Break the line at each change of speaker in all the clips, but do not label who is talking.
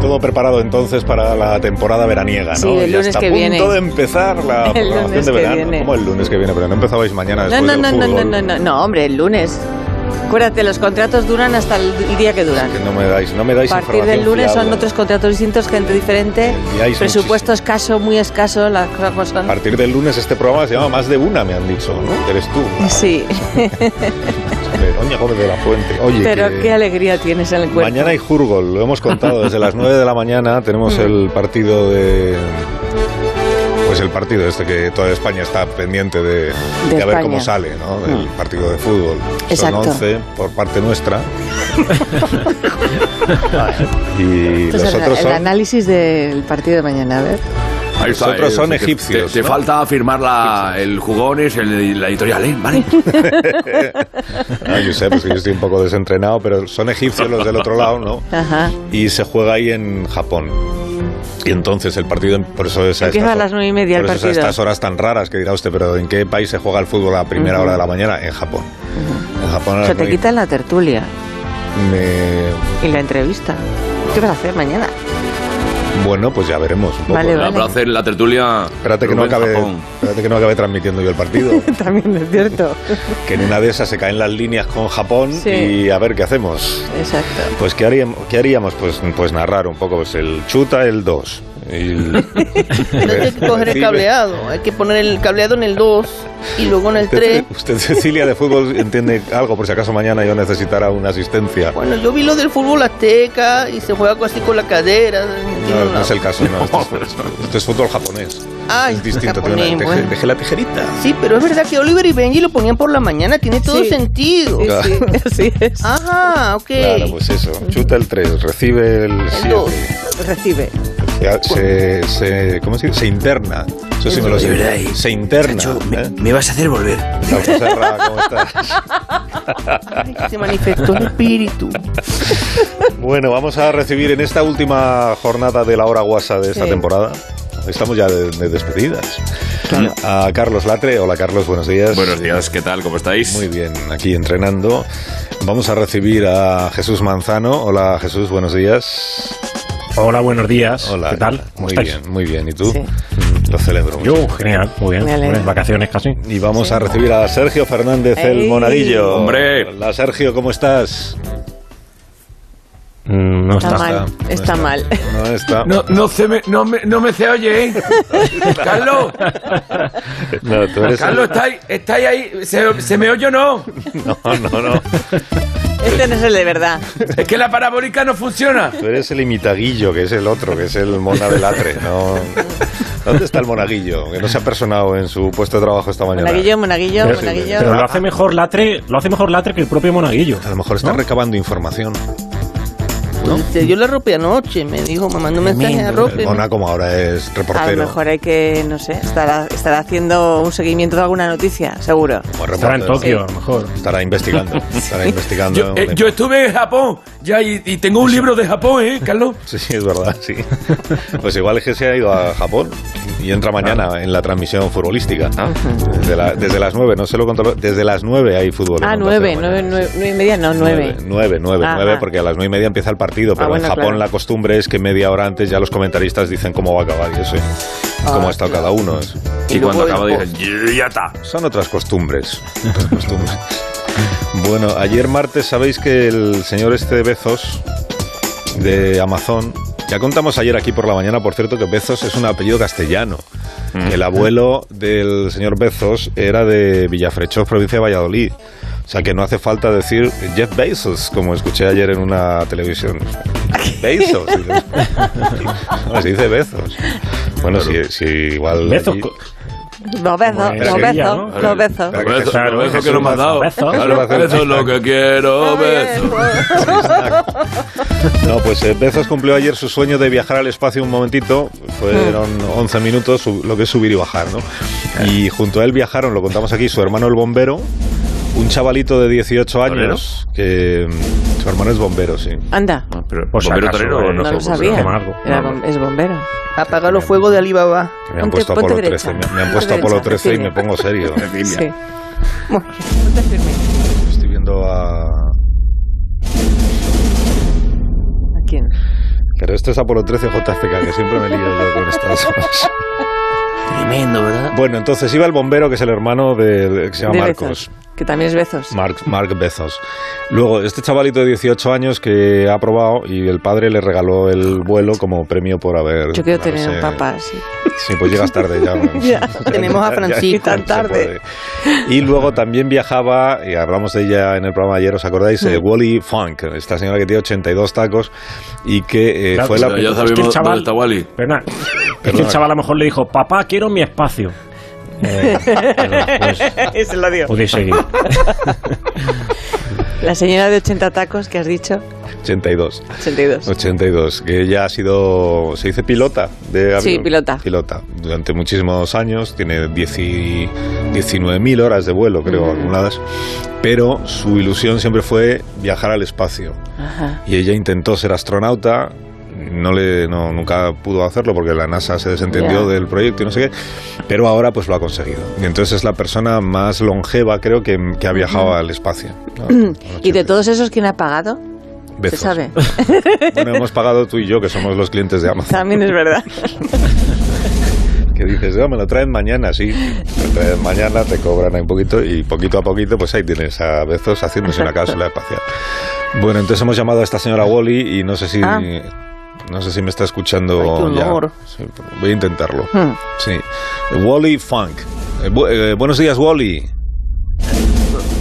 todo preparado entonces para la temporada veraniega, ¿no?
Sí, el
ya
lunes
está
que
a punto
viene.
de empezar la
El
programación
lunes
de
que
verano.
viene.
¿Cómo el lunes que viene? Pero no empezabais mañana
No,
después
no,
del
no, no, no,
fútbol.
no, no, no, hombre, el lunes. Acuérdate, los contratos duran hasta el día que duran.
Que no me dais, no me dais
A partir del
información
lunes son
fiable.
otros contratos distintos, gente diferente,
Liáis
presupuesto escaso, muy escaso, las cosas
A
son...
partir del lunes este programa se llama Más de Una, me han dicho, ¿no? Eres tú,
Sí,
Doña Gómez de la Fuente. Oye,
pero
que-
qué alegría tienes en el cuerpo.
Mañana hay Jurgol, lo hemos contado desde las 9 de la mañana.
Mm.
Tenemos el partido de. Pues el partido este que toda España está pendiente de, de a ver
España. Mm.
cómo sale, ¿no? El partido de fútbol.
Exacto.
Son 11 por parte nuestra. y
Esto es
los
Pues el,
otros
el
son.
análisis del partido de mañana, a ver.
Ahí está,
Los otros
eh,
son
te- te-
egipcios,
Te,
¿no?
falta firmar la, el jugones, el, la editorial, ¿eh? ¿vale?
Ah, yo sé, pues yo estoy un poco desentrenado, pero son egipcios los del otro lado, ¿no?
Ajá.
y se juega ahí en Japón. Y entonces el partido, por eso es
Empieza a las nueve y media
por
el
eso es a
partido.
estas horas tan raras que dirá usted, pero ¿en qué país se juega el fútbol a la primera hora de la mañana? En Japón. En Japón a
O
las
sea, te
nueve y-
quitan la tertulia
me-
y la entrevista. ¿Qué vas a hacer mañana?
Bueno, pues ya veremos un poco.
Vale,
Me
vale.
habrá hacer la tertulia.
Espérate que, no
Rubén,
acabe,
Japón.
espérate que no acabe transmitiendo yo el partido.
También es cierto.
que en una de esas se caen las líneas con Japón
Sí.
y a ver qué hacemos.
Exacto.
Pues ¿qué haríamos? ¿Qué haríamos? Pues, pues narrar un poco pues, el chuta, el 2.
No hay que coger el cableado, hay que poner el cableado en el 2 y luego en el
Usted,
3.
usted, Cecilia, de fútbol entiende algo, por si acaso mañana yo necesitara una asistencia.
Bueno, yo vi lo del fútbol azteca y se juega así con la cadera.
No, no es el caso, no. Esto es, esto es fútbol japonés.
Ah,
es distinto.
japonés,
tiene una- deje-
bueno.
deje la tijerita.
Sí, pero es verdad que Oliver y Benji lo ponían por la mañana, tiene todo
Sí.
sentido.
Sí, sí, así es.
Ajá, ok.
Claro, pues eso. Chuta el 3, recibe el 7.
dos.
Recibe.
Se, se- ¿Cómo se dice? Se interna. Eso sí me lo
Oliver
sé.
ahí.
Se interna.
Chacho, me,
¿eh?
me vas a hacer volver.
Rafa Serra, ¿cómo estás?
Ay, Se manifestó el espíritu.
Bueno, vamos a recibir en esta última jornada de la hora guasa de esta
Sí.
temporada. Estamos ya de, de despedidas.
Claro.
A Carlos Latre. Hola, Carlos, buenos días.
Buenos días, ¿qué tal? ¿Cómo estáis?
Muy bien, aquí entrenando. Vamos a recibir a Jesús Manzano. Hola Jesús, buenos días.
Hola, buenos días.
Hola.
¿Qué tal? ¿Cómo
muy
estáis?
bien, muy bien. ¿Y tú?
Sí.
Mm, Lo celebro. mucho.
Yo, genial, muy bien.
Me alegro.
Unas Vacaciones casi.
Y vamos a recibir a Sergio Fernández, el
¡Ey!
monadillo.
¡Hombre!
Hola Sergio, ¿cómo estás?
Mm, No
Está
está.
mal,
no
está
está.
mal.
No está.
No, no, se me, no, me, no me se oye, ¿eh? Carlos,
No, tú eres.
Carlos, ¿estáis está ahí? ¿Se, ¿Se me oye o no?
No, no, no.
Este no es el de verdad.
Es que la parabólica no funciona.
Tú eres el imitaguillo, que es el otro, que es el mona de Latre. No. ¿Dónde está el monaguillo? Que no se ha personado en su puesto de trabajo esta mañana.
Monaguillo, monaguillo,
Pero-
monaguillo.
Pero lo hace mejor Latre, lo hace mejor Latre que el propio Monaguillo.
A lo mejor está recabando información.
pues, Se dio la ropa anoche, me dijo, me mandó un mensaje a
El
Rope.
Mona, como ahora es
A
reportero.
lo mejor hay que, no sé, estará, estará haciendo un seguimiento de alguna noticia, seguro.
como
Estará en
reportero.
Tokio, a lo mejor.
Estará investigando. Estará investigando.
Yo, eh, yo estuve en Japón ya y, y tengo un libro de Japón, ¿eh, Carlos?
Sí, sí, es verdad, sí. Pues igual es que se ha ido a Japón y entra mañana en la transmisión futbolística. Desde, la- desde las nueve, no se lo controlo. Desde las nueve hay fútbol. en
Ah,
Onda
nueve,
Cero
nueve,
mañana,
nueve,
sí.
nueve y media, no, nueve.
Nueve, nueve,
Ajá.
nueve, porque a las nueve y media empieza el partido, pero
bueno,
en Japón
claro.
la costumbre es que media hora antes ya los comentaristas dicen cómo va a acabar y eso, y
Ah,
cómo ha estado cada uno. ¿eh? es-
Y, cuando acabo dije, "Y- Pues, ya está.
Ah, Son otras costumbres. otras costumbres. Bueno, ayer martes sabéis que el señor este Bezos de Amazon, ya contamos ayer aquí por la mañana, por cierto, que Bezos es un apellido castellano. El abuelo del señor Bezos era de Villafrechós, provincia de Valladolid. O sea que no hace falta decir Jeff Bezos, como escuché ayer en una televisión. Bezos. dices. No, se dice Bezos. Bueno, si, si igual...
Bezos,
allí-
co-
Los besos,
Bueno,
los
Sevilla, ¿no?
besos, los besos.
Pero que
Beso,
claro,
beso
Jesús,
que no me has dado.
beso.
Claro, beso es lo que quiero, beso.
No, pues eh, Bezos cumplió ayer su sueño de viajar al espacio un momentito. Fueron
Hmm.
11 minutos, su- lo que es subir y bajar, ¿no?
Ah.
Y junto a él viajaron, lo contamos aquí, su hermano el bombero, un chavalito de 18 años, que mm, su hermano es bombero, sí.
Anda,
Ah, Pero,
Por si
¿bombero
acaso,
torero o
eh,
no
no
lo
somos?
sabía.
Toma algo.
Era bom- es bombero.
Apaga los fuegos de Alibaba.
Que me han
Ponte-
puesto
ponte
Apolo
derecha.
13. Me, me han
Ponte
puesto Apolo
derecha,
13 y
Cecilia.
me pongo serio.
Sí.
Estoy viendo a.
¿A quién?
que Pero esto es Apolo 13 JFK, que siempre me lío yo con estas cosas.
Tremendo, ¿verdad?
Bueno, entonces iba el bombero, que es el hermano de, que se llama
de
Marcos.
Bezos, que también es Bezos.
Mark, Mark Bezos. Luego, este chavalito de 18 años que ha probado y el padre le regaló el vuelo como premio por haber...
Yo quiero tener
haberse-
un papá así.
Sí, pues llegas tarde ya. ¿no?
Ya,
tenemos a Francisco.
ya
Tan tarde.
se puede. Y luego también viajaba, y hablamos de ella en el programa de ayer, ¿os acordáis? Eh, Wally Funk, esta señora que tiene 82 tacos y que eh,
Claro,
fue
o
la...
sea,
ya
es que
sabemos
el chaval-
dónde está Wally.
Perdona, es que
Perdona.
el chaval a lo mejor le dijo, papá, quiero mi espacio. Eh, perdona, pues,
Y se lo dio.
podéis seguir.
La señora de 80 tacos que has dicho,
82.
82.
82, que ya ha sido, se dice pilota de avión.
Sí, pilota.
Pilota. Durante muchísimos años, tiene 10 y- 19.000 horas de vuelo, creo, acumuladas. Pero su ilusión siempre fue viajar al espacio.
Ajá.
Y ella intentó ser astronauta, no le, no, nunca pudo hacerlo porque la NASA se desentendió
Ya.
del proyecto y no sé qué, pero ahora pues lo ha conseguido. Y entonces es la persona más longeva, creo, que, que ha viajado al espacio.
¿Y de todos esos quién ha pagado?
Bezos.
Se sabe.
Bueno, hemos pagado tú y yo, que somos los clientes de Amazon.
También es verdad.
que dices, "Oh, me lo traen mañana, sí. Te lo traen mañana, te cobran ahí un poquito y poquito a poquito, pues ahí tienes a Bezos haciéndose una cápsula espacial. Bueno, entonces hemos llamado a esta señora Wally y no sé si
Ah.
no sé si me está escuchando
Ay, qué
ya.
honor.
Sí, voy a intentarlo.
Hmm.
Sí. Wally Funk. Eh, bu- eh, buenos días, Wally.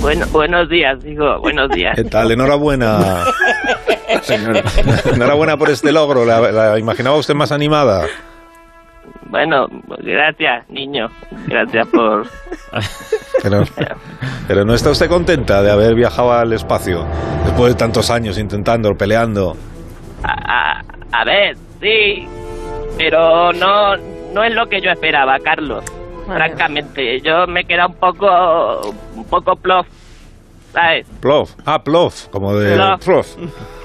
Bueno, buenos días, hijo, buenos días.
¿Qué tal? Enhorabuena. Señora. Enhorabuena por este logro. ¿La, la imaginaba usted más animada?
Bueno, gracias, niño. Gracias por...
Pero, pero no está usted contenta de haber viajado al espacio después de tantos años intentando, peleando.
A, a- a ver, sí, pero no, no es lo que yo esperaba, Carlos.
Vale.
Francamente, yo me he quedado un poco, un poco plof, ¿sabes?
Plof. Ah, plof, como de
Plof.
plof.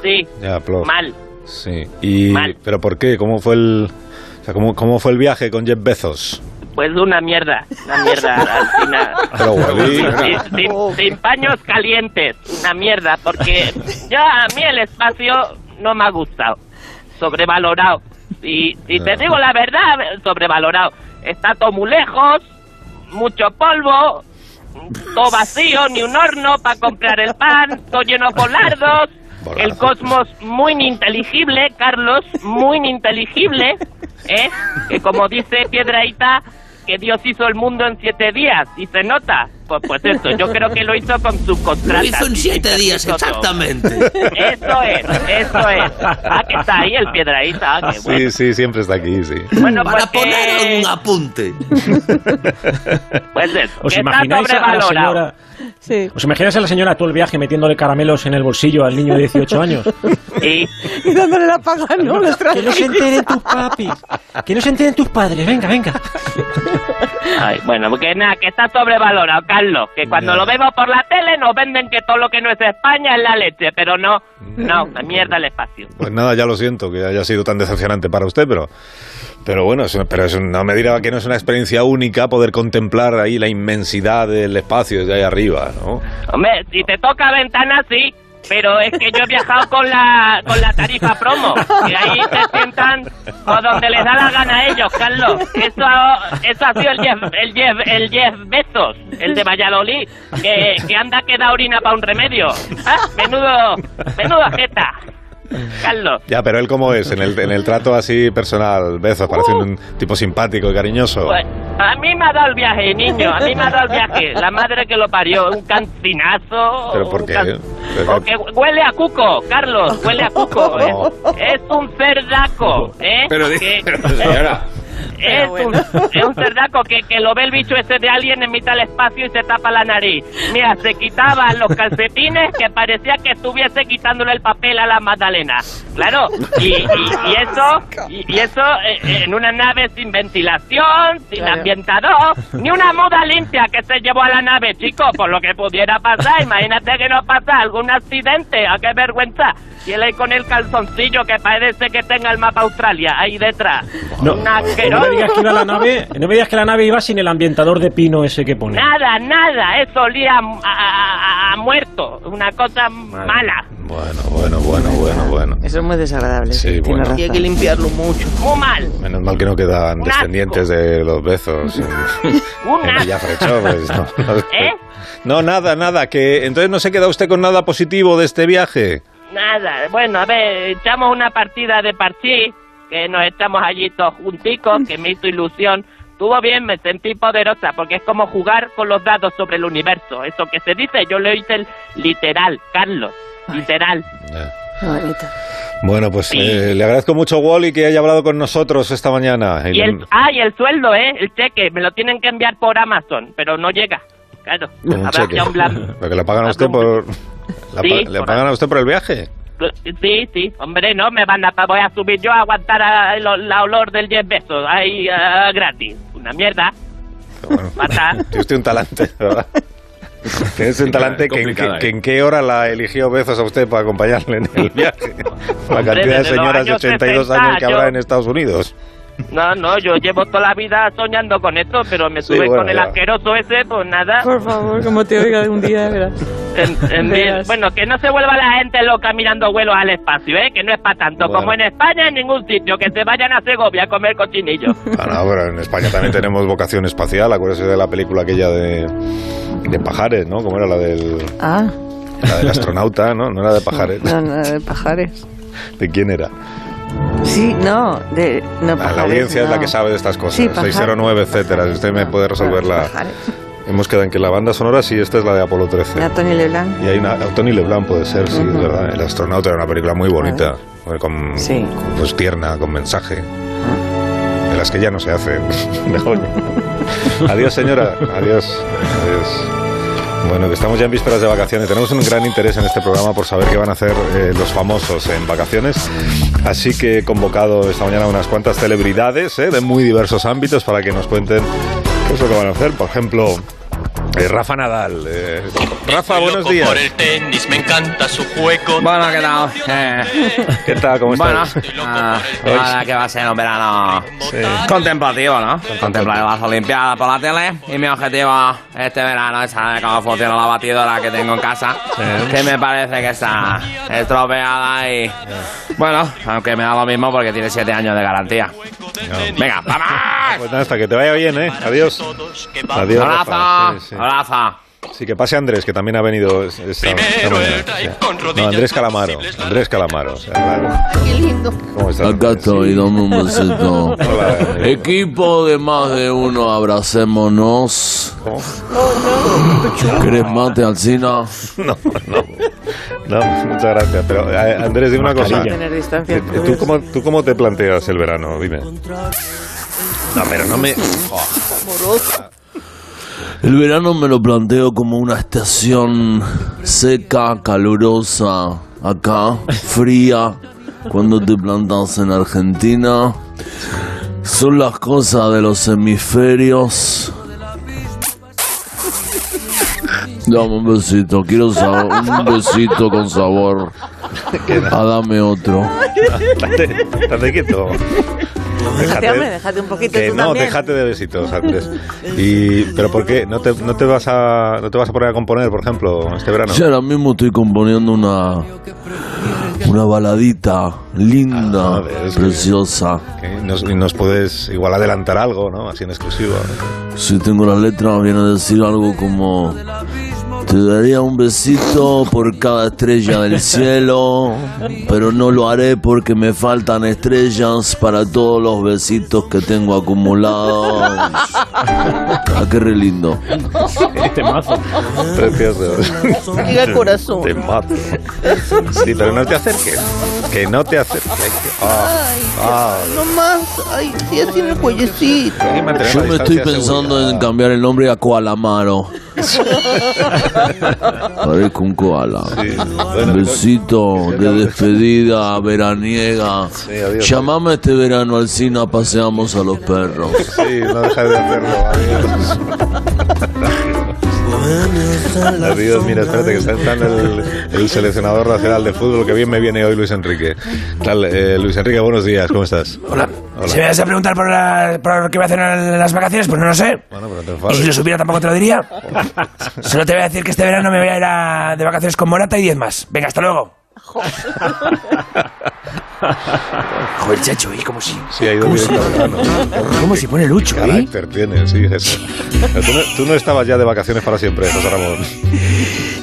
Sí,
Ya, plof.
mal.
Sí. Y,
Mal.
¿Pero por qué? ¿Cómo fue el, o sea, cómo, cómo fue el viaje con Jeff Bezos?
Pues una mierda, una mierda al final.
Pero, Wally,
Sin, sin- sin paños calientes, una mierda, porque ya a mí el espacio no me ha gustado, sobrevalorado. Y si te digo la verdad, sobrevalorado. Está todo muy lejos, mucho polvo, todo vacío, ni un horno para comprar el pan, todo lleno de bolardos. El cosmos muy ininteligible, Carlos, muy ininteligible, ¿eh? que como dice Piedraita, que Dios hizo el mundo en siete días y se nota. Pues, pues eso, yo creo que lo hizo con sus
Lo
contratas.
hizo en siete días,
Hizo todo.
exactamente.
Eso es, eso es. Ah, que está ahí el Piedraita. ah, qué bueno.
Sí, sí, siempre está aquí, sí.
Bueno, pues,
Para poner
que-
un apunte.
pues eso,
¿Os
que está
imagináis a la
sobrevalorado.
señora...
Sí.
¿Os imagináis a la señora todo el viaje metiéndole caramelos en el bolsillo al niño de 18 años?
Sí.
Y dándole la paga, no, los
Que no se enteren tus papis. Que no se enteren tus padres. Venga, venga.
Ay, bueno, porque nada, que está sobrevalorado, Carlos. Que cuando
Ya.
lo vemos por la tele nos venden que todo lo que no es España es la leche, pero no, no, la mierda el espacio.
Pues nada, ya lo siento que haya sido tan decepcionante para usted, pero, pero bueno, es una- pero es una- no me dirá que no es una experiencia única poder contemplar ahí la inmensidad del espacio desde ahí arriba, ¿no?
Hombre, Eh, si te toca ventana, sí. Pero es que yo he viajado con la, con la tarifa promo. Que ahí te sientan o donde les da la gana a ellos, Carlos. Eso, eso ha sido el Jeff, el, Jeff, el Jeff Bezos, el de Valladolid, que, que anda que da orina para un remedio. Ah, Menudo, menudo jeta, Carlos.
Ya, pero él cómo es, en el, en el trato así personal, Bezos, parece un
Uh.
tipo simpático y cariñoso.
Pues, a mí me ha dado el viaje, niño. A mí me ha dado el viaje. La madre que lo parió. Un cancinazo.
¿Pero por
un
qué?
can-
Pero-
Porque huele a cuco, Carlos. Huele a cuco. ¿eh? Es un cerdaco. ¿eh?
Pero, di-
Que-
pero señora,
es, un, es un cerdaco que, que lo ve el bicho ese de alguien en mitad del espacio y se tapa la nariz. Mira, se quitaba los calcetines que parecía que estuviese quitándole el papel a la Magdalena. Claro, y, y- y eso, y, y eso eh, eh, en una nave sin ventilación, sin ambientador, ni una moda limpia que se llevó a la nave, chicos, por lo que pudiera pasar. Imagínate que no pasa algún accidente, a qué vergüenza. Y él ahí con el calzoncillo que parece que tenga el mapa Australia ahí detrás.
No,
Un
no me digas
asqueroso.
que iba la nave, no me digas que la nave iba sin el ambientador de pino ese que pone.
Nada, nada, eso olía a, a- a- a muerto, una cosa mala.
Bueno, bueno, bueno, bueno, bueno.
Eso es muy desagradable.
Sí,
tiene
bueno.
razón.
Y hay que limpiarlo mucho.
Muy mal.
Menos mal que no quedan
Un asco.
descendientes de los bezos.
Un
Bueno, ya
asco.
frechó, pues, no, no sé.
¿Eh?
No, nada, nada, que entonces no se queda usted con nada positivo de este viaje.
Nada, bueno, a ver, echamos una partida de parchís, que nos estamos allí todos junticos, que me hizo ilusión. Estuvo bien, me sentí poderosa, porque es como jugar con los dados sobre el universo. Eso que se dice, yo lo hice literal, Carlos, literal.
Qué bonito.
Bueno, pues eh, le agradezco mucho Wally que haya hablado con nosotros esta mañana.
Y el, ah, y el sueldo, ¿eh? El cheque, me lo tienen que enviar por Amazon, pero no llega. Claro,
Con un
habrá
cheque.
que un plan.
Pero que le pagan a
Habrá
usted
un-
por... la
Sí,
pa- le
por
pagan a usted por el viaje.
Sí, sí, hombre, no me van a... pa- Voy a subir yo a aguantar a- el, ol- la olor del 10 besos, ahí ah, gratis. Una mierda.
Pero bueno,
Pata.
tiene usted un talante, ¿verdad? Tienes un
Sí,
talante
claro,
que, en qué-
complicada,
que
¿eh?
en qué hora la eligió Bezos a usted para acompañarle en el viaje. La
Hombre,
cantidad de
desde los
señoras de
años
82 años que
60,
habrá
yo-
en Estados Unidos.
No, no, yo llevo toda la vida soñando con esto, pero me
Sí,
sube
bueno,
con el
ya.
asqueroso ese, pues nada.
Por favor, como te oiga algún día, verás.
En- en fin,
Verás.
bueno, que no se vuelva la gente loca mirando vuelos al espacio, ¿eh? Que no es para tanto.
Bueno.
Como en España, en ningún sitio. Que se vayan a Segovia a comer cochinillo.
Ah, no, pero en España también tenemos vocación espacial. Acuérdese de la película aquella de, de Pajares, ¿no? Como era la del,
Ah,
la del astronauta, ¿no? No era de Pajares.
no, no, de pajares.
¿De quién era?
Sí, no, de. No,
Ah,
pajares,
la audiencia es
no.
la que sabe de estas cosas.
Sí, pajares.
609, etcétera. Si usted me puede resolver la...
Pajares.
Hemos quedado en que la banda sonora sí, esta es la de Apolo 13.
La Tony LeBlanc.
Y hay una. Tony LeBlanc puede ser, sí,
Ujú.
es verdad. El astronauta era una película muy bonita. Con,
Sí. Ah.
con- pues tierna, con mensaje. De las que ya no se hacen. Begoña. Adiós, señora. Adiós. Adiós. Bueno, que estamos ya en vísperas de vacaciones. Tenemos un gran interés en este programa por saber qué van a hacer eh, los famosos en vacaciones. Así que he convocado esta mañana a unas cuantas celebridades eh, de muy diversos ámbitos para que nos cuenten qué es lo que van a hacer. Por ejemplo, eh, Rafa Nadal. eh, Rafa, buenos
Loco
días.
Por el tenis, me encanta su juego.
Bueno, ¿qué tal? Eh,
¿Qué tal? ¿Cómo
bueno,
estás?
ah, ahora que va a ser un verano
Sí.
contemplativo, ¿no? Contemplaré las Olimpiadas por la tele y mi objetivo este verano es saber cómo funciona la batidora que tengo en casa, que me parece que está estropeada y... Bueno, aunque me da lo mismo porque tiene 7 años de garantía. Venga, ¡vamos!
Pues nada, hasta que te vaya bien, ¿eh? Adiós. Adiós. Rafa.
¡Abrazo!
Sí, sí.
¡Abrazo!
Sí, que pase Andrés, que también ha venido es- esta, esta mañana. Sí. No, Andrés Calamaro. Andrés Calamaro. o sea, claro.
Qué lindo.
¿Cómo estás?
Acá
Andrés?
estoy, dame un besito.
Hola. eh.
Equipo de más de uno, abracémonos.
¿Cómo?
¿Querés mate, Alcina?
No, no. No, muchas gracias. Pero, eh, Andrés, dime una cosa.
Tener distancia. pues.
Eh, ¿Tú cómo, ¿Tú cómo te planteas el verano? Dime. No, pero no me... Oh.
El verano me lo planteo como una estación seca, calurosa, acá, fría. Cuando te plantas en Argentina, son las cosas de los hemisferios. Dame un besito, quiero sabor, un besito con sabor. Ah, dame otro.
Estate, estate quieto.
Déjate, hombre, déjate un poquito.
Que
tú
no,
también.
déjate de besitos, Andrés. Y, ¿Pero por qué? ¿No te, no, te vas a, ¿No te vas a poner a componer, por ejemplo, este verano?
Yo ahora mismo estoy componiendo una una baladita
Ah,
linda,
joder, es que-
preciosa.
Que Nos, y nos puedes igual adelantar algo, ¿no? Así en exclusivo.
Si tengo la letra viene a decir algo como te daría un besito por cada estrella del cielo, pero no lo haré porque me faltan estrellas para todos los besitos que tengo acumulados. Ah, qué re lindo.
Este mazo.
Precioso.
Llega el corazón.
Te mato. Sí, pero no te acerques. Que no te acerques. Ah, ah.
No más. Ay, sí, así en el cuellecito.
Hay que mantener
Yo
la
me
distancia
estoy
de
pensando
seguridad.
en cambiar el nombre a Koalamaro. Parezco un koala.
Sí,
Un
bueno,
besito de despedida veraniega.
adiós.
Llamame este verano al cine, paseamos a los perros.
Sí, no dejes de hacerlo. Adiós. Adiós, mira, espérate, que está entrando el, el seleccionador nacional de fútbol. Que bien me viene hoy Luis Enrique. Tal, eh, Luis Enrique, buenos días, ¿cómo estás?
Hola.
Hola.
Si me vas a preguntar por, la, por qué voy a hacer en las vacaciones, pues no lo sé.
Bueno, pero no te
Y si lo
enfades.
supiera tampoco te lo diría. Solo te voy a decir que este verano me voy a ir a- de vacaciones con Morata y 10 más. Venga, hasta luego.
Pues,
Joder, chacho, ¿eh? Como si...
Sí, ha ido directo al grano.
¿Cómo se pone Lucho,
Qué
eh?
carácter tiene, sí, eso. Pero Tú no, tú no estabas ya de vacaciones para siempre, José Ramón.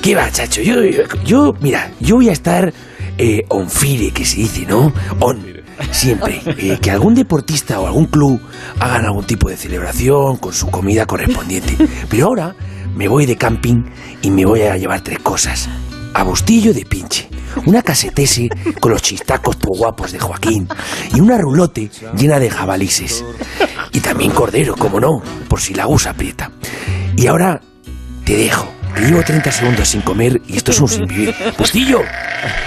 ¿Qué va, chacho? Yo, yo, yo, mira, yo voy a estar eh, on fire, que se dice, ¿no? On. Siempre. Eh, que algún deportista o algún club hagan algún tipo de celebración con su comida correspondiente. Pero ahora me voy de camping y me voy a llevar tres cosas. Agustillo de pinche, una casetese con los chistacos tu guapos de Joaquín y una rulote llena de jabalices. Y también cordero, como no, por si la usa aprieta. Y ahora te dejo. Llevo 30 segundos sin comer y esto es un sin vivir. Bustillo,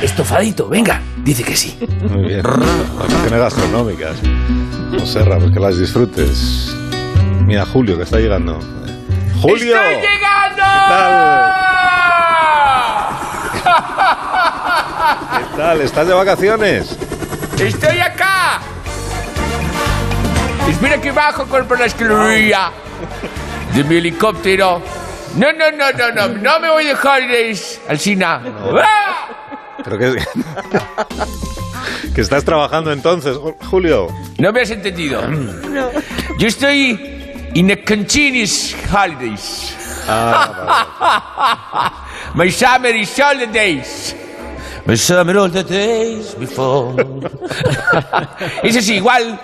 estofadito, venga. Dice que sí.
Muy bien. Vacaciones gastronómicas. José Ramón, que las disfrutes. Mira, Julio, que está llegando. ¡Julio!
llegando!
¿Qué tal? ¿Estás de vacaciones?
¡Estoy acá! Espera que bajo con por la escalería de mi helicóptero. No, no, no, no, no, no me voy a dejar Alcina. ¡Ah!
Pero que, que estás trabajando entonces, Julio.
No me has entendido. Yo estoy in a continuous holidays. My summer is holidays.
My summer all the days before.
Eso sí, igual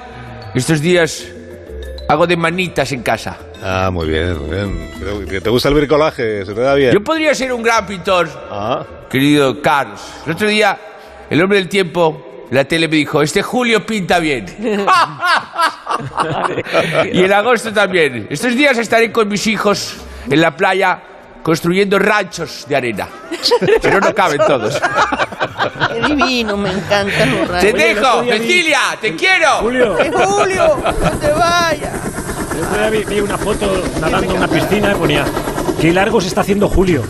estos días hago de manitas en casa.
Ah, muy bien, muy bien. Creo que te gusta el bricolaje, se te da bien.
Yo podría ser un gran pintor, querido Carlos. El otro día, el hombre del tiempo, la tele me dijo, este Julio pinta bien. y en agosto también. Estos días estaré con mis hijos en la playa construyendo ranchos de arena. Pero no caben todos.
Qué divino, me encanta los
Te
rayos.
dejo, Cecilia, te quiero. Julio.
Julio, no te vayas.
El otro día vi, vi una foto nadando en una piscina y ponía qué largo se está haciendo Julio.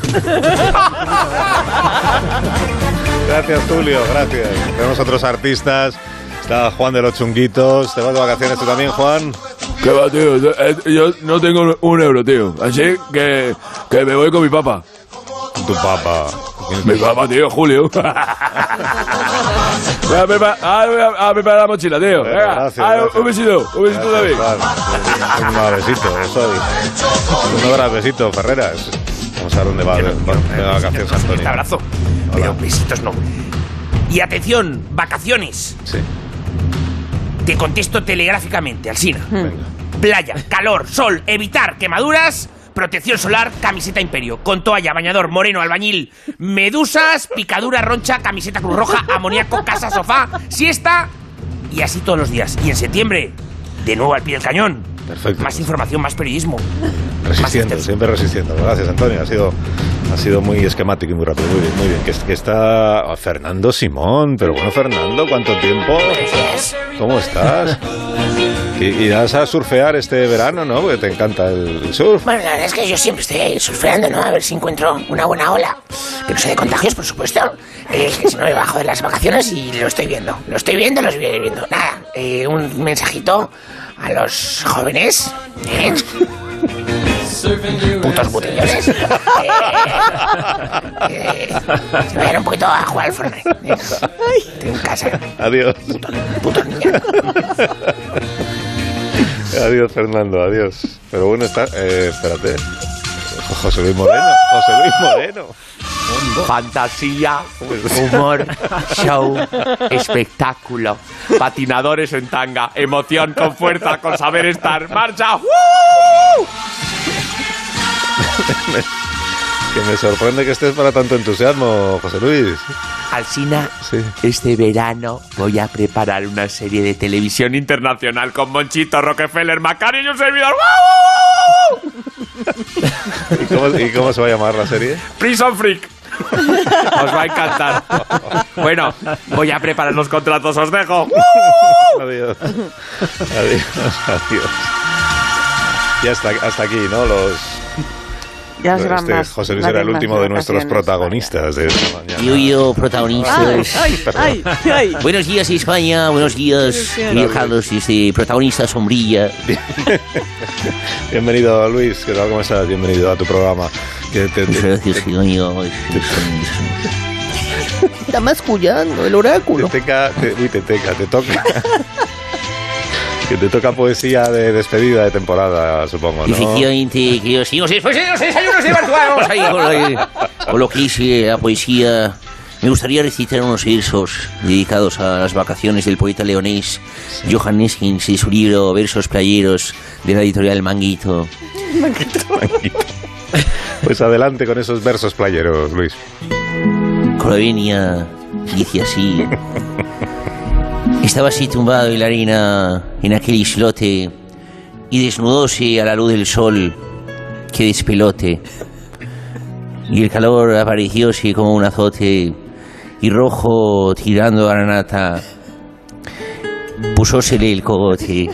Gracias, Julio, gracias. Tenemos otros artistas. Está Juan de los Chunguitos. Te vas de vacaciones tú también, Juan.
¿Qué va, tío? Yo, eh, yo no tengo un euro, tío. Así que, que me voy con mi papá.
Tu papá.
Mi papá, tío, Julio. voy a preparar, ahora voy a, a preparar la mochila, tío.
Venga,
Venga,
gracias,
Ah,
ahora,
gracias.
Un besito, un besito también.
Gracias, Juan. Un besito, eso ahí. Un abrazo, besito, Ferreras. Vamos a ver dónde va de, va de vacaciones, Antonio.
eh. abrazo. Pero besitos no. Y atención, vacaciones.
Sí.
Te contesto telegráficamente, Alsina.
Venga.
Playa, calor, sol, evitar quemaduras, protección solar, camiseta imperio, con toalla, bañador, moreno, albañil, medusas, picadura, roncha, camiseta cruz roja, amoníaco, casa, sofá, siesta y así todos los días. Y en septiembre, de nuevo al pie del cañón.
Perfecto.
Más información, más periodismo.
Resistiendo, siempre resistiendo. Gracias, Antonio. Ha sido, ha sido muy esquemático y muy rápido. Muy bien, muy bien. Que, es- que está ah, Fernando Simón. Pero bueno, Fernando, ¿cuánto tiempo? ¿Cómo estás? Y, irás a surfear este verano, ¿no? Porque te encanta el surf.
Bueno, la verdad es que yo siempre estoy ahí surfeando, ¿no? A ver si encuentro una buena ola. Que no sea de contagios, por supuesto. Eh, que si no me bajo de las vacaciones y lo estoy viendo. Lo estoy viendo, lo estoy viendo. Nada, eh, un mensajito a los jóvenes. ¿eh? Putos butillones. Eh, eh, se vayan un poquito a jugar al Fortnite. ¿eh? Estoy en casa.
Adiós. adiós, Fernando, adiós. Pero bueno, está. eh, espérate. José Luis Moreno.
¡Oh!
José Luis Moreno. Pues
Fantasía,
humor,
show,
espectáculo, patinadores en tanga, emoción con fuerza, con saber estar, marcha.
¡Uh!
Que me sorprende que estés para tanto entusiasmo, José Luis.
Alsina, este verano voy a preparar una serie de televisión internacional con Monchito, Rockefeller, Macario y un servidor.
¿Y cómo, y cómo se va a llamar la serie?
Prison Freak. Os va a encantar. Bueno, voy a preparar los contratos, os dejo.
Adiós. Adiós, adiós. Y hasta, hasta aquí, ¿no? Los.
Ya se van
este
más.
José Luis
van
era el
más ¿eh?
último de nuestros
vacaciones.
protagonistas de esta mañana.
Yo, yo, protagonistas.
Ay, ay, ay, ay.
Buenos días España, buenos días
Claro.
viajados, este, protagonista sombrilla.
Bienvenido, Luis. ¿Qué tal? ¿Cómo estás? Bienvenido a tu programa. Que te- te-
Muchas gracias,
te-
Gidoño.
está mascullando el oráculo.
Te teca, te- uy, te teca, te toca. que te toca poesía de despedida de temporada, supongo, ¿no?
Efectivamente, queridos amigos, después de los desayunos de Bartua, vamos ahí con, la- con lo que hice la poesía. Me gustaría recitar unos versos dedicados a las vacaciones del poeta leonés Johan Neskins y su libro Versos Playeros de la editorial Manguito.
Pues adelante con esos versos playeros, Luis.
Clavenia dice así. Estaba así tumbado en la arena, en aquel islote, y desnudóse a la luz del sol. ¡Qué despelote! Y el calor aparecióse como un azote, y rojo tirando a la nata, pusósele el cogote.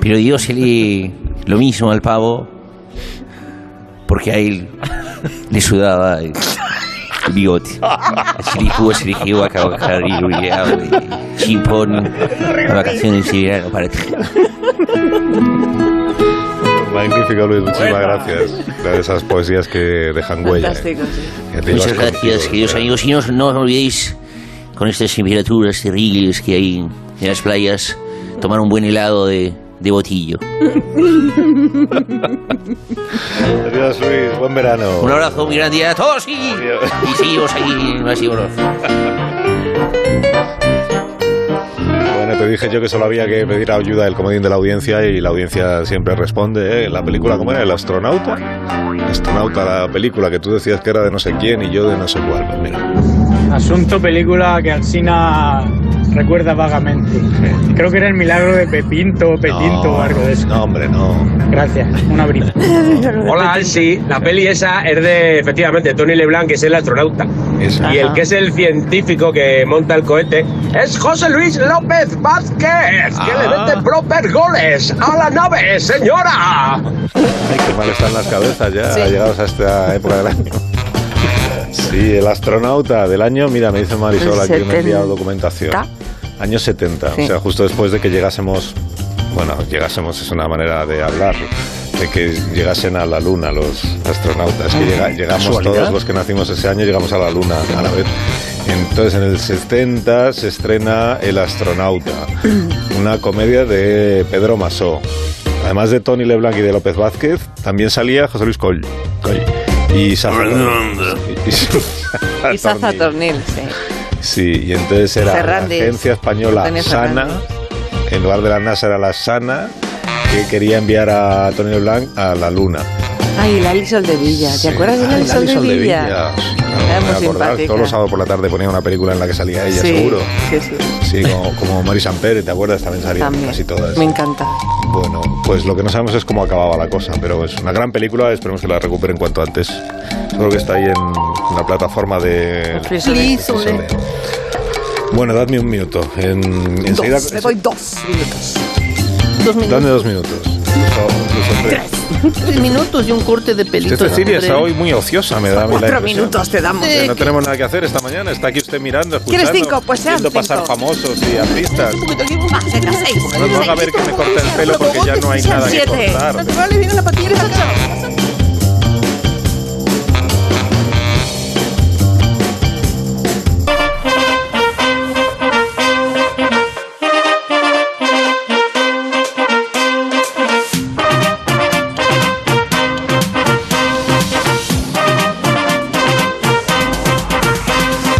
Pero diósele lo mismo al pavo, porque a él le sudaba el bigote. Chiricúa, Chiricúa, Cabacari, Uriau, Chimpón, vacaciones y verano para ti.
Magnífico, Luis. Muchísimas gracias. Una De esas poesías que dejan huella. ¿eh?
Fantástico, sí.
Que te
Muchas
llevas
gracias,
contigo.
queridos amigos. Y no, no os olvidéis, con estas temperaturas terribles que hay en las playas, tomar un buen helado de, de botillo.
Adiós, Luis. Buen verano.
Un abrazo muy grande a todos y, y seguimos aquí en Más y Menos.
Bueno, te dije yo que solo había que pedir ayuda del comodín de la audiencia y la audiencia siempre responde. ¿eh? La película, ¿cómo era? ¿El astronauta? El astronauta, la película que tú decías que era de no sé quién y yo de no sé cuál. Pues mira.
Asunto película que Alcina recuerda vagamente. Creo que era el milagro de Pepinto o Petinto o algo de eso.
No, hombre, no.
Gracias, un abrazo.
Hola, Ansi. La peli esa es de, efectivamente, Tony LeBlanc, que es el astronauta. Y el que es el científico que monta el cohete es José Luis López Vázquez, que le
Ah.
mete proper goles a la nave, señora.
Ay, qué mal están las cabezas ya,
Sí.
llegados a esta época del año. Sí, el astronauta del año, mira, me dice Marisol
El
aquí me ha enviado
70.
documentación. Año 70, o
Sí.
sea, justo después de que llegásemos, bueno, llegásemos es una manera de hablar, de que llegasen a la luna los astronautas,
Mm.
que llega- llegamos
¿Casualidad?
todos los que nacimos ese año, llegamos a la luna a la vez. Entonces, en el 70 se estrena El astronauta, una comedia de Pedro Masó. Además de Tony Leblanc y de López Vázquez, también salía José Luis Coll. Coll. Y Saza Y, Saza
Y Saza
Tornil.
Tornil, sí.
Sí, y entonces era
Fernández.
la agencia española
Antonio
Sana,
Fernández.
en lugar de la NASA era la Sana, que quería enviar a Tony Leblanc a la luna.
Ay, la Alisol de Villa. ¿Te acuerdas de la
Ah,
Alisol de
Sol de
Villa?
Villa. Sí, no me
Era muy
voy a acordar.
simpática.
Todos los sábados por la tarde ponía una película en la que salía ella,
Sí,
seguro.
Sí, sí.
Sí, como, como Mari Samper, ¿te acuerdas? También salía
También.
casi todas.
Me encanta.
Bueno, pues lo que no sabemos es cómo acababa la cosa, pero es una gran película, esperemos que la recuperen cuanto antes. Seguro que está ahí en la plataforma de...
Frisolé.
Bueno, dadme un minuto. En, enseguida...
Dos, le doy dos minutos.
Dos minutos.
Dadme dos minutos. Incluso- incluso tres.
Tres minutos y un corte de pelitos.
Usted, Cecilia, está
hombre.
hoy muy ociosa, me da a mí la
Cuatro
impresión.
minutos te damos.
Que
Sí,
Pues no
que-
tenemos nada que hacer esta mañana. Está aquí usted mirando,
¿Quieres
escuchando,
cinco? Pues sean
viendo pasar
cinco.
famosos y artistas.
Va, venga, seis.
No me haga ver que me corta el pelo porque ya no hay nada que
Siete.
cortar.
Naturales, viene la patilla, sácala.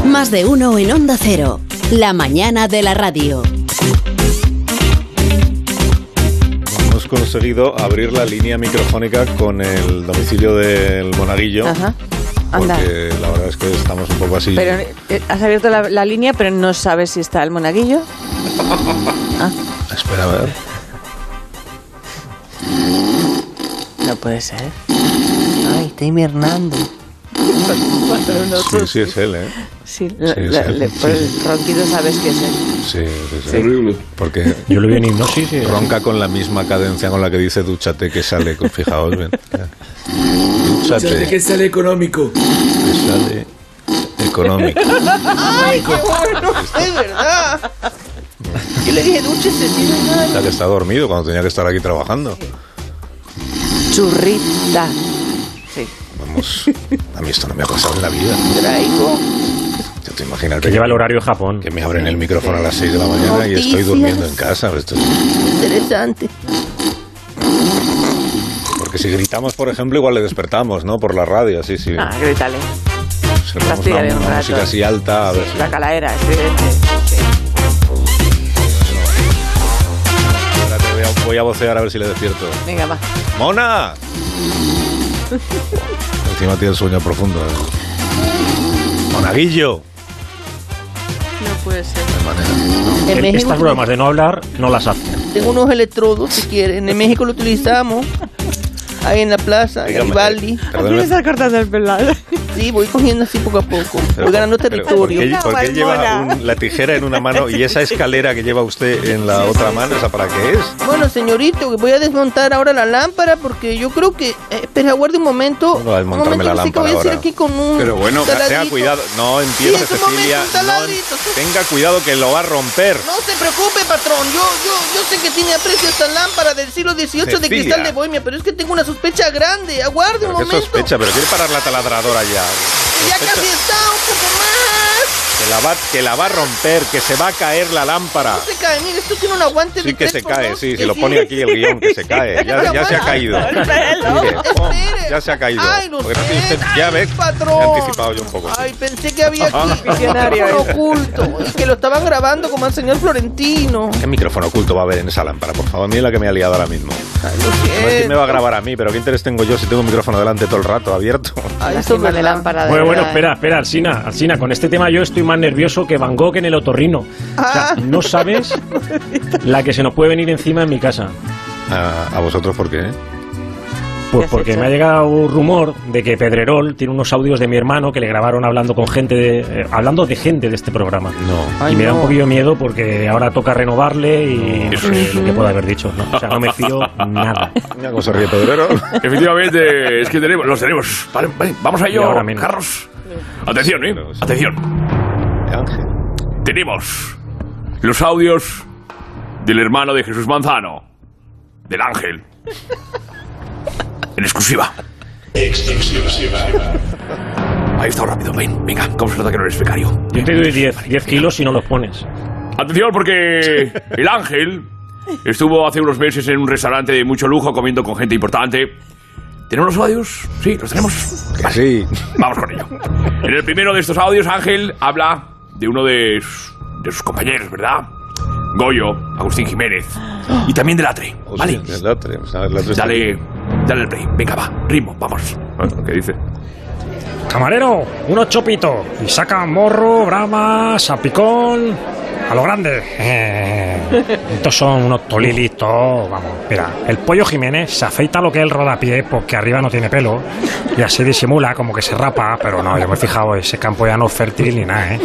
Más de uno en Onda Cero. La mañana de la radio.
Hemos conseguido abrir la línea microfónica con el domicilio del Monaguillo.
Ajá. Anda.
Porque la verdad es que estamos un poco así.
Pero eh, has abierto la, la línea, pero no sabes si está el monaguillo.
Espera, a ver.
No puede ser. Ay, Timmy Hernando.
Sí, sí, es él, ¿eh?
Sí,
es
la-
él.
le- por el ronquido sabes que es él.
Sí, sí, sí.
Sí.
Porque
Yo lo vi en hipnosis. y-
ronca con la misma cadencia con la que dice dúchate que sale. con- Fijaos bien. Dúchate
que sale económico.
que sale económico.
¡Ay, qué bueno! ¡Es verdad! Yo le dije, duche, Cecilia.
O sea, que está dormido cuando tenía que estar aquí trabajando.
Churrita. Sí.
Vamos, a mí esto no me ha pasado en la vida.
Traigo.
tú imagínate.
Que lleva el horario Japón.
Que me abren el micrófono a las 6 de la mañana y estoy
Noticias.
durmiendo en casa. Esto es-
Interesante.
Porque si gritamos, por ejemplo, igual le despertamos, ¿no? Por la radio, así, sí.
Ah, grítale.
Si le ponemos una,
fastidiaré un
una
rato.
música así alta, a ver si-
La calaera, sí,
Ahora te voy a- voy a vocear a ver si le despierto.
Venga, va.
¡Mona! Encima tiene el sueño profundo. ¿eh? ¡Monaguillo!
No puede ser. En
En
México
Estas bromas de no hablar no las hacen.
tengo unos electrodos si quieren. En México lo utilizamos. Ahí en la plaza, en
Dígame,
Garibaldi.
perdóname. Así le estás
cortando el pelado? Sí, voy cogiendo así poco a poco.
Pero
Voy ganando
por- pero ¿por
territorio.
qué- ¿Por qué lleva un- la tijera en una mano y esa escalera que lleva usted en la otra mano? ¿Esa para qué es?
Bueno, señorito, que voy a desmontar ahora la lámpara porque yo creo que. eh, espera, aguarde un momento.
No, a desmontarme
un momento,
la
que sí que
lámpara
voy a hacer
ahora.
aquí con un.
Pero bueno,
taladrito.
tenga cuidado. No empiece,
Sí, es un
Cecilia.
momento, un
no-
taladrito.
tenga cuidado que lo va a romper.
No se preocupe, patrón. Yo, yo, yo sé que tiene aprecio esta lámpara del siglo XVIII de
Cecilia.
cristal de bohemia, pero es que tengo una sospecha grande. Aguarde un
¿Qué
momento.
sospecha? Pero quiere parar la taladradora ya.
Ya casi está, un poco más.
Que la, va, que la va a romper, que se va a caer la lámpara.
Se cae, mire, esto tiene un aguante
Sí
de
que
tres
se
por
cae,
dos.
sí,
Que
se lo pone aquí el guión, que se cae. Ya, ya se ha caído. Mire, pum, ya se ha caído.
Ay, no
Porque no tiene usted- ya ves,
patrón.
me he anticipado yo un poco.
Ay, pensé que había aquí
Visionario
un
eres.
oculto y que lo estaban grabando como al señor Florentino.
¿Qué micrófono oculto va a haber en esa lámpara? Por favor, mira la que me ha liado ahora mismo. A ver si me va a grabar a mí, pero ¿qué interés tengo yo si tengo un micrófono delante todo el rato abierto?
Lástima de lámpara de
Bueno,
verdad,
bueno,
¿eh?
espera, espera, Alsina, Alsina, con este tema yo estoy más nervioso que Van Gogh en el otorrino. O
Ah.
sea, no sabes la que se nos puede venir encima en mi casa.
¿A, a vosotros por qué?
Pues porque me ha llegado un rumor de que Pedrerol tiene unos audios de mi hermano que le grabaron hablando con gente, de- eh, hablando de gente de este programa.
No.
y me da
no.
un poquillo de miedo porque ahora toca renovarle y no sé lo que pueda haber dicho. ¿no? O sea, no me fío nada.
Mira cómo se ríe Pedrero.
Efectivamente, es que tenemos, los tenemos. Vale, vale, vamos a
Y
ello,
ahora menos.
Carlos. Atención, ¿eh? Atención. Tenemos los audios del hermano de Jesús Manzano, del ángel. En exclusiva. Exclusiva. Ahí está rápido, ven, venga, ¿cómo se nota que no eres becario?
Yo te doy 10, 10 kilos si no los pones.
Atención porque el ángel estuvo hace unos meses en un restaurante de mucho lujo comiendo con gente importante. ¿Tenemos los audios? Sí, los tenemos.
Sí.
Vamos con ello. En el primero de estos audios, Ángel habla de uno de, sus- de sus compañeros, ¿verdad? Goyo, Agustín Jiménez. Y también del Atre. Vale.
El otro, o sea, el otro está-
Dale, dale el play. Venga, va. Ritmo, vamos. ¿Qué dice?
Camarero, unos chopitos. Y saca morro, brama, sapicón. A lo grande. Eh, estos son unos tolilitos. Vamos, mira. El pollo Jiménez se afeita lo que es el rodapié porque arriba no tiene pelo. Y así disimula, como que se rapa. Pero no, yo me he fijado, ese campo ya no es fértil ni nada, ¿eh?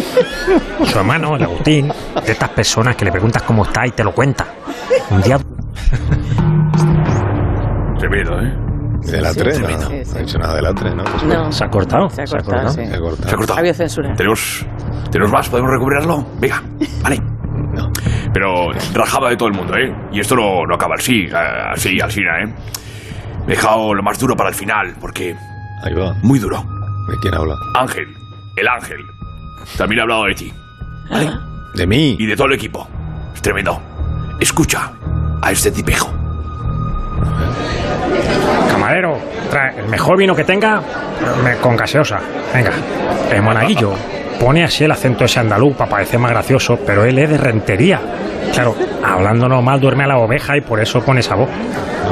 Su hermano, el Agustín, de estas personas que le preguntas cómo está y te lo cuenta. Un día
Tremendo, ¿eh?
Del Atre, no.
Tremendo.
No ha dicho nada del Atre, ¿no? Pues
No.
Se ha cortado.
Se ha cortado, sí.
Se ha cortado.
Se ha cortado.
Había censura.
¿Tenemos, ¿Tenemos más? ¿Podemos recuperarlo? Venga, vale. Pero rajaba de todo el mundo, ¿eh? Y esto no, no acaba así, eh, así, Alsina, ¿eh? He dejado lo más duro para el final, porque
Ahí va.
Muy duro.
¿De quién habla?
Ángel, el Ángel, también ha hablado de ti. ¿Vale?
De mí.
Y de todo el equipo. Es tremendo. Escucha a este tipejo.
Camarero, trae el mejor vino que tenga me- con gaseosa. Venga, el monaguillo pone así el acento ese andaluz para parecer más gracioso, pero él es de rentería. Claro, hablando normal duerme a la oveja y por eso pone esa voz.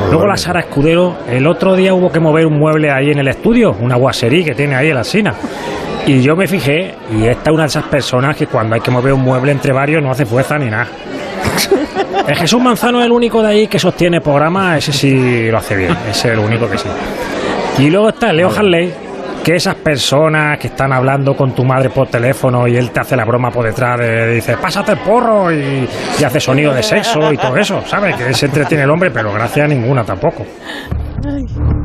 Luego la Sara Escudero, el otro día hubo que mover un mueble ahí en el estudio, una guaserí que tiene ahí en la sina. Y yo me fijé, y esta es una de esas personas que cuando hay que mover un mueble entre varios no hace fuerza ni nada. El Jesús Manzano es el único de ahí que sostiene el programa, ese sí lo hace bien, ese es el único que sí. Y luego está Leo Harley, que esas personas que están hablando con tu madre por teléfono y él te hace la broma por detrás, eh, dice, pásate el porro y, y hace sonido de sexo y todo eso, ¿sabes? Que se entretiene el hombre, pero gracia ninguna tampoco.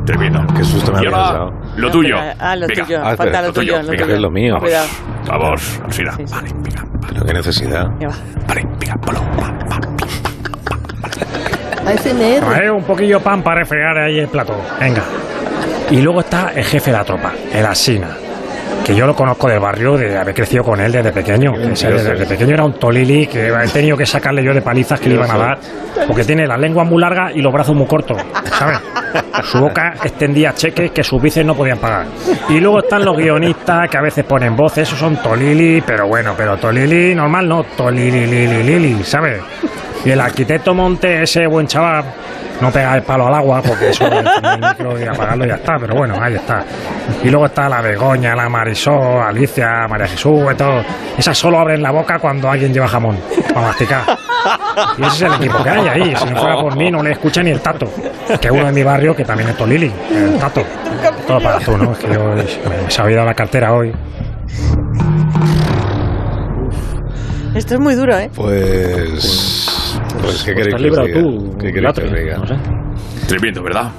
Tremendo.
Qué susto me
Y
había
ahora,
dado.
Lo tuyo.
Ah, lo
Venga.
tuyo.
Ah, espera,
Falta lo
lo tuyo,
tuyo. lo
venga,
tuyo.
es lo mío.
Cuidado.
Vamos, Alsina. Vale, venga.
Pero qué necesidad.
Ya va.
Trae un poquillo pan para refregar ahí el plato. Venga. Y luego está el jefe de la tropa, el Asina. que yo lo conozco del barrio, de haber crecido con él desde pequeño. Que ese
mentiroso
desde
eres.
pequeño era un tolili que he tenido que sacarle yo de palizas que le iban a dar, porque tiene la lengua muy larga y los brazos muy cortos, ¿sabes? Su boca extendía cheques que sus bíceps no podían pagar. Y luego están los guionistas que a veces ponen voces, esos son tolili, pero bueno, pero tolili normal no, tolili, lili, lili, ¿sabes? Y el arquitecto Monte, ese buen chaval, no pega el palo al agua porque eso es el micro y apagarlo y ya está, pero bueno, ahí está. Y luego está la Begoña, la Marisol, Alicia, María Jesús, y todo. Esas solo abren la boca cuando alguien lleva jamón para masticar. Y ese es el equipo que hay ahí. Si no fuera por mí, no le escucha ni el tato, que es uno de mi barrio que también es Tolili, el tato. Todo para tú, ¿no? Es que yo me, se ha olvidado la cartera hoy.
Esto es muy duro, ¿eh?
Pues. Pues, ¿qué queréis
has
que os
librado
diga?
tú,
¿Qué queréis que
Latre,
os diga?
Tremendo, ¿verdad?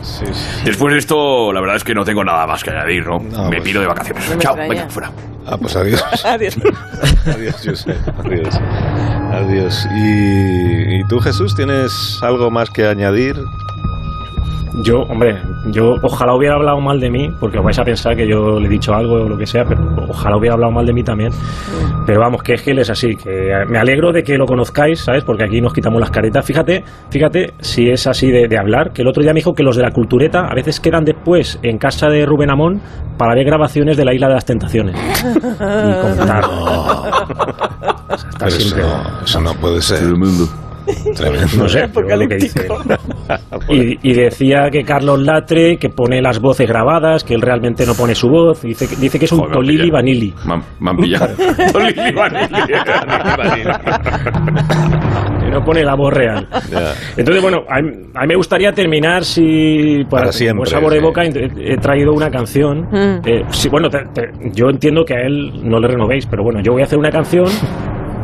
Después de esto, la verdad es que no tengo nada más que añadir, ¿no? me pido de vacaciones.
no pues me
Chao,
extraña.
venga, fuera.
Ah, pues adiós.
Adiós.
adiós, Josep. Adiós. Adiós. ¿Y, y tú, Jesús, tienes algo más que añadir?
Yo, hombre, yo ojalá hubiera hablado mal de mí, porque vais a pensar que yo le he dicho algo o lo que sea, pero ojalá hubiera hablado mal de mí también. Pero vamos, que es que él es así, que eh, me alegro de que lo conozcáis, ¿sabes? Porque aquí nos quitamos las caretas. Fíjate, fíjate si es así de, de hablar, que el otro día me dijo que los de la cultureta a veces quedan después en casa de Rubén Amón para ver grabaciones de la Isla de las Tentaciones. Y comentar.
Pero eso, no, eso no puede ser. Tremendo. Tremendo.
No sé, pero lo que dice. Y, y decía que Carlos Latre, que pone las voces grabadas, que él realmente no pone su voz. Dice, que- dice que es un
Joder, me han
Tolili
pillado.
Vanilli.
Me han- me han pillado. Tolili
Que no pone la voz real.
Ya.
Entonces, bueno, a mí, a mí me gustaría terminar si para,
Para siempre,
por sabor de
sí.
boca he, he traído una canción.
Mm.
Eh, sí, bueno, te- te- yo entiendo que a él no le renovéis, pero bueno, yo voy a hacer una canción.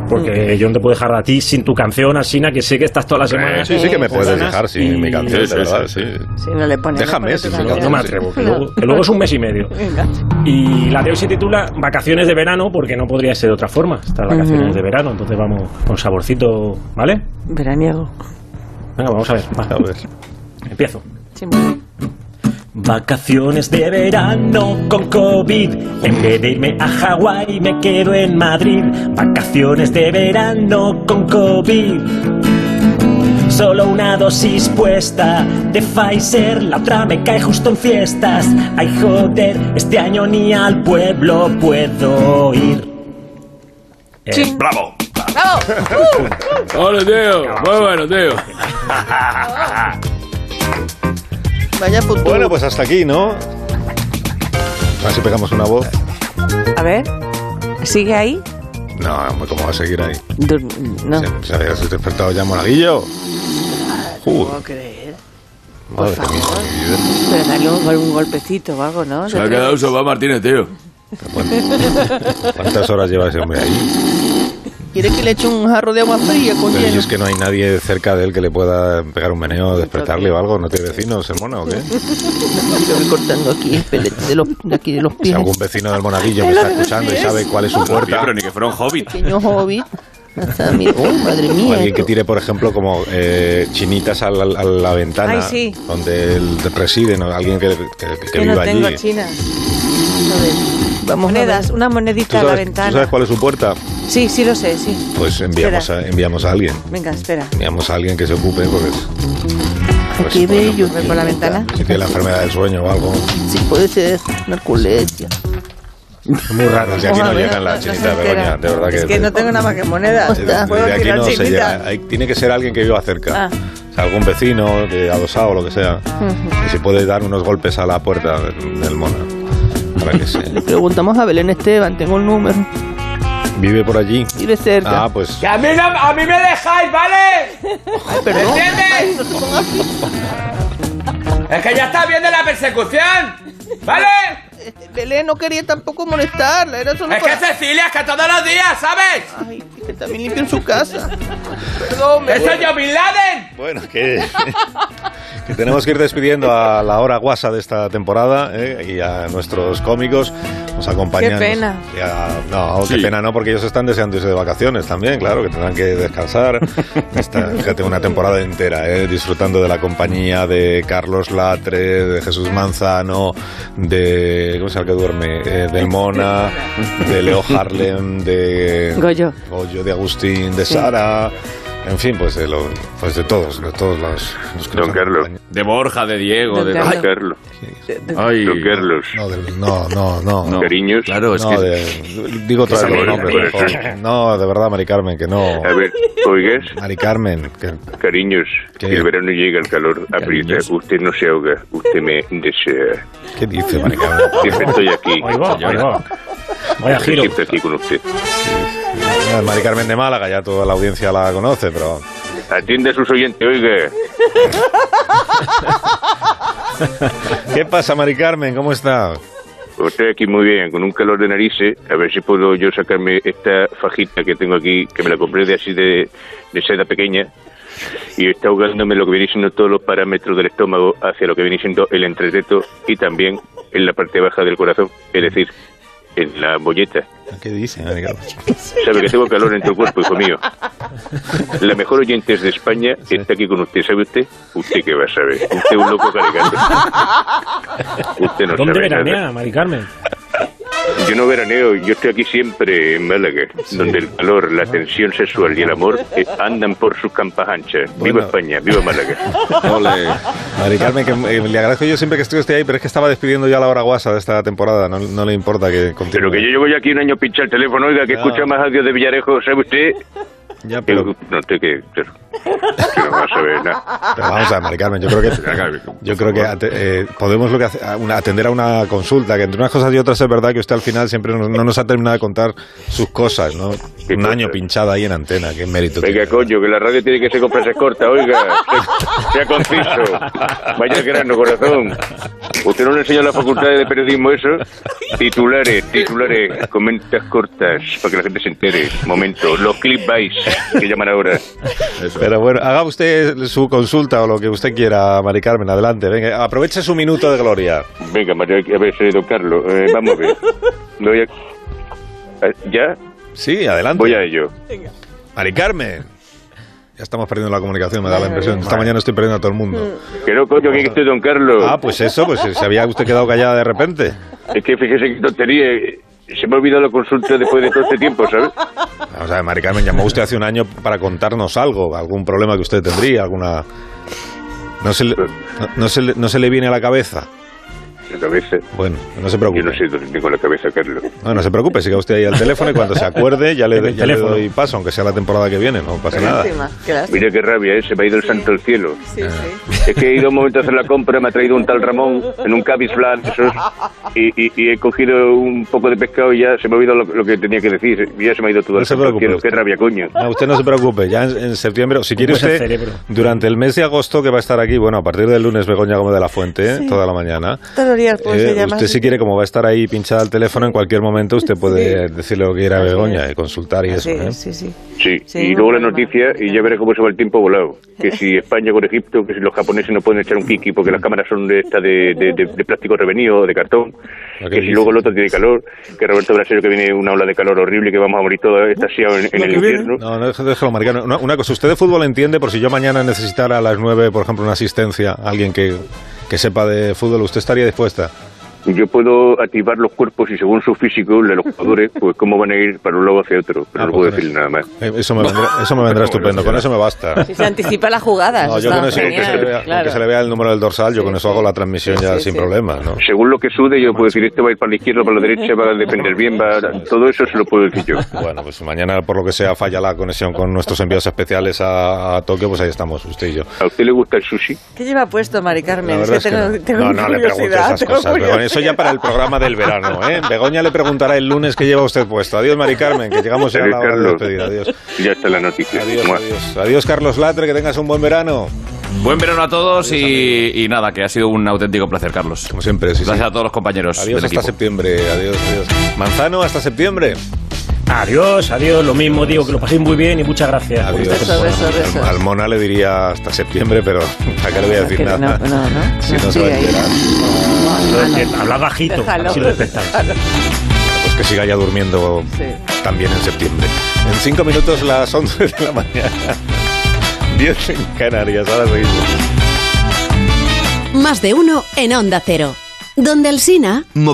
Porque yo no te puedo dejar a ti sin tu canción, Asina, que sé que estás toda la semana.
Sí, sí que me puedes dejar sin mi canción,
Eh, Y-
te lo doy, sí.
Si no le pones.
Déjame,
no
si
pones tu
se lo-
No me
canción.
atrevo, que
No.
luego, que luego es un mes y medio.
Venga.
Y la de hoy se titula Vacaciones de verano, porque no podría ser de otra forma. Estas vacaciones
Ujú.
de verano, entonces vamos con saborcito, ¿vale?
Veraniego.
Venga, vamos a ver. va. Empiezo.
Sí, muy bien.
Vacaciones de verano con COVID. En vez de irme a Hawái, me quedo en Madrid. Vacaciones de verano con COVID. Solo una dosis puesta de Pfizer, la otra me cae justo en fiestas. Ay, joder, este año ni al pueblo puedo ir. Eh,
¡Bravo!
¡Bravo!
¡Hola, tío! Muy bueno, tío.
Vaya futuro.
Bueno, pues hasta aquí, ¿no? A ver si pegamos una voz.
A ver. ¿Sigue ahí?
No, hombre, ¿cómo va a seguir ahí?
no.
Se, se había despertado ya Monaguillo. Joder,
puedo creer.
madre mía, mi vida.
Pero dale un, un golpecito o algo, ¿no?
Se ha quedado Soba Martínez, tío.
¿Cuántas horas lleva ese hombre ahí?
¿Quiere que le eche un jarro de agua fría con
Pero y
hielo?
es que no hay nadie cerca de él que le pueda pegar un meneo, despertarle o algo. ¿No tiene vecinos, el mono, o qué?
Le voy cortando aquí el pelete de, los, de aquí de los
Si
pies.
algún vecino del monaguillo me está escuchando y sabe cuál es su puerta.
Pero ni que fuera un hobbit.
Pequeño hobbit. Hasta mi- Uy, madre
O
mía.
alguien que tire, por ejemplo, como eh, chinitas a la, a la ventana
Ay, sí.
donde él reside, ¿no? alguien que, que, que
Que
viva
no tengo
allí. ¿eh?
chinas. A ver. Monedas, una
¿Tú
monedita a la
sabes, tú
ventana.
sabes cuál es su puerta?
Sí, sí lo sé, sí.
Pues enviamos a,
Espera.
enviamos a alguien.
Venga, espera.
Enviamos a alguien que se ocupe, porque
Ay, qué bello.
Voy Pues, por la ventana.
si tiene la enfermedad del sueño o algo.
Sí, puede ser narcolepsia.
Muy raro. Desde aquí no
Ojalá.
llegan las chinitas, Begoña, de verdad que...
Es que no tengo nada más que monedas.
desde
Puedo
aquí
tirar
no se
chinitas.
llega. Hay- tiene que ser alguien que viva cerca.
Ah.
O sea, algún vecino, de adosado o lo que sea. Que se puede dar unos golpes a la puerta del, del mono. Para que se...
Preguntamos a Belén Esteban, tengo el número.
¿Vive por allí?
Vive cerca.
Ah, pues... Ah,
¡Que a mí, no- a mí me dejáis, ¿vale?
Perdón.
¿Entiendes? Es que ya está viendo la persecución, ¿vale?
Belén no quería tampoco molestarla, era solo
Es que
para...
Cecilia, es que todos los días, ¿sabes?
que también limpio en su casa. Perdón, me
¡Eso es yo, Bin Laden!
Bueno, que, que tenemos que ir despidiendo a la hora guasa de esta temporada ¿eh? y a nuestros cómicos. Nos acompañan.
Qué pena.
Y a- no, oh, qué pena no, porque ellos están deseando irse de vacaciones también, claro, que tendrán que descansar. Esta, fíjate, una temporada entera, ¿eh? disfrutando de la compañía de Carlos Latre, de Jesús Manzano, de. ¿Cómo se llama el que duerme? Eh, del Mona, de Leo Harlem, de.
Goyo.
Goyo, de Agustín, de
Sí.
Sara. En fin, pues de, lo- pues de todos, de todos los, los que
Don
nos
Carlos. De Borja, de Diego,
Don
de Don Carlos. Ay. Don Carlos.
No, del- no, no, no.
Cariños. Claro,
No, de- digo otra vez los nombres, por favor. No, de verdad, Mari Carmen, que no.
A ver, oigas,
Mari Carmen, que
cariños, el verano llega, el calor aprieta. Usted no se ahoga, usted me desea.
¿Qué dice, Mari Carmen?
Siempre estoy aquí.
Ahí va, ahí va. Vaya
Estoy
giro.
Siempre aquí con usted.
no, es Mari Carmen de Málaga, ya toda la audiencia la conoce, pero.
Atiende a sus oyentes, oiga.
¿Qué pasa, Mari Carmen? ¿Cómo está?
Pues estoy aquí muy bien, con un calor de narices. A ver si puedo yo sacarme esta fajita que tengo aquí, que me la compré de así de, de seda pequeña. Y está ahogándome lo que viene siendo todos los parámetros del estómago hacia lo que viene siendo el entreteto y también en la parte baja del corazón, es decir, en la bolleta.
¿Qué dice, Mari Carmen?
Sabe que tengo calor en todo el cuerpo, hijo mío. La mejor oyente de España está aquí con usted, ¿sabe usted? Usted qué va a saber. Usted es un loco cargando. Usted no
¿Dónde
sabe nada.
veranea, Mari Carmen?
Yo no veraneo, yo estoy aquí siempre en Málaga, donde el calor,
Ah.
la tensión sexual y el amor eh, andan por sus campas anchas.
Bueno.
Viva España, viva Málaga.
Mari Carmen, que eh, le agradezco yo siempre que estoy, esté ahí, pero es que estaba despidiendo ya la hora guasa de esta temporada. No, no le importa que
Pero
continúe.
que yo llevo ya aquí un año pinchar el teléfono, oiga, que
Ya.
escucha más audio de Villarejo, ¿sabe usted?
Ya,
pero... No, usted que... Pero, que no va a saber nada.
Pero vamos a ver, Mari Carmen, yo creo que, yo creo que ate- eh, podemos lo que hace- a una- atender a una consulta, que entre unas cosas y otras es verdad que usted al final siempre no, no nos ha terminado de contar sus cosas, ¿no? Un año pinchada ahí en antena, qué mérito
Venga, coño, que la radio tiene que ser con frases cortas, oiga. Sea- Sea conciso. Vaya al grano, corazón. Usted no le enseñó en la facultad de periodismo eso. Titulares, titulares, comentas cortas para que la gente se entere. Momento, los clickbaits que llaman ahora.
Pero bueno, haga usted su consulta o lo que usted quiera, Mari Carmen, adelante. Venga, aproveche su minuto de gloria.
Venga, María, a ver, eh, don Carlos, eh, vamos a ver. Me voy a- eh, ¿Ya?
Sí, adelante.
Voy a ello.
Mari Carmen. Ya estamos perdiendo la comunicación, me da la impresión. Esta mañana estoy perdiendo a todo el mundo.
Que no, coño, que aquí estoy don Carlos.
Ah, pues eso, pues se había usted quedado callada de repente.
Es que fíjese qué tontería. eh, Se me ha olvidado la consulta después de todo este tiempo, ¿sabes?
Vamos a ver, Mari Carmen, llamó usted hace un año para contarnos algo, algún problema que usted tendría, alguna... No se le, no, no se le, no se le viene a la cabeza.
La cabeza.
Bueno, no se preocupe.
Yo no sé dónde tengo la cabeza, Carlos.
No, no se preocupe, siga usted ahí al teléfono y cuando se acuerde ya le,
En el
ya le
teléfono.
doy paso, aunque sea la temporada que viene, no pasa nada.
Ah,
Mira qué rabia, ¿eh? se me ha ido el santo al cielo. Ah. Es que he ido un momento a hacer la compra, me ha traído un tal Ramón en un cabizflan, esos, y, y- y he cogido un poco de pescado y ya se me ha olvidado lo, lo que tenía que decir. Ya se me ha ido todo
No
el
se
santo al
preocupe
cielo. Qué
usted.
rabia, coño.
No, usted no se preocupe, ya en, en septiembre, o si quiere
Pues el
usted,
cerebro.
durante el mes de agosto que va a estar aquí, bueno, a partir del lunes Begoña Gómez de la Fuente, ¿eh?
Sí.
toda la mañana,
Todos los días, pues,
Eh,
se llama
usted
así.
si quiere, como va a estar ahí pinchada al teléfono, en cualquier momento usted puede decirle lo que quiera a Begoña y consultar y eso. ¿eh?
Ah, Sí, sí.
Sí,
Sí,
y
no
luego la noticia, y ya veré cómo se va el tiempo volado. Que si España con Egipto, que si los japoneses no pueden echar un kiki porque las cámaras son de, esta de, de- de- de plástico revenido, de cartón. Que si luego el otro tiene calor, que Roberto Brasero que viene una ola de calor horrible, que vamos a morir todos estaciados en, en el infierno.
No, no, déjalo, déjalo, Mariano. Una, una cosa, usted de fútbol entiende, por si yo mañana necesitara a las 9, por ejemplo, una asistencia, alguien que, que sepa de fútbol, ¿usted estaría dispuesta?
Yo puedo activar los cuerpos y según su físico, de los jugadores, pues cómo van a ir para un lado hacia otro. Pero no puedo decir nada más.
Eh, Eso me vendrá, eso me vendrá estupendo, con eso me basta.
Si se anticipa la jugada.
No,
eso
yo
está
con eso, aunque
genial,
se, le vea,
claro.
aunque se le vea el número del dorsal, yo con eso hago la transmisión ya sin problemas, ¿no?
Según lo que sude, yo puedo decir, este va a ir para la izquierda, para la derecha, va a defender bien, va a- todo eso se lo puedo decir yo.
Bueno, pues mañana, por lo que sea, falla la conexión con nuestros envíos especiales a, a Tokio, pues ahí estamos, usted y yo.
¿A usted le gusta el sushi?
¿Qué lleva puesto, Mari Carmen?
La
Es
verdad
que
es que
tengo,
no.
tengo
no, no le pregunte
curiosidad,
esas
tengo
cosas. Begoña.
curiosidad.
eso ya para el programa del verano, ¿eh? Begoña le preguntará el lunes qué lleva usted puesto. Adiós, Mari Carmen, que llegamos ya a la hora de
Carlos,
despedir. Adiós.
Ya está la noticia. Mua.
Adiós, Adiós, Carlos Latre, que tengas un buen verano.
Buen verano a todos y, y nada, que ha sido un auténtico placer, Carlos. Como
siempre,
Gracias a todos los compañeros
Adiós
del
hasta
equipo.
septiembre. Adiós, adiós. Manzano, hasta septiembre.
Adiós, adiós. Lo mismo digo, que lo paséis muy bien y muchas gracias. por esta
Bueno,
temporada.
al- Al Mona le diría hasta septiembre, pero ¿a qué le voy a decir
no,
nada?
no, no.
Si no
Sí,
se va a
ahí.
enterar.
Habla bajito,
Déjalo.
así lo despertáis.
Pues que siga ya durmiendo también en septiembre. En cinco minutos las 11 de la mañana. 10 en Canarias, ahora seguimos.
Más de uno en Onda Cero. Donde Alsina.
Movistar.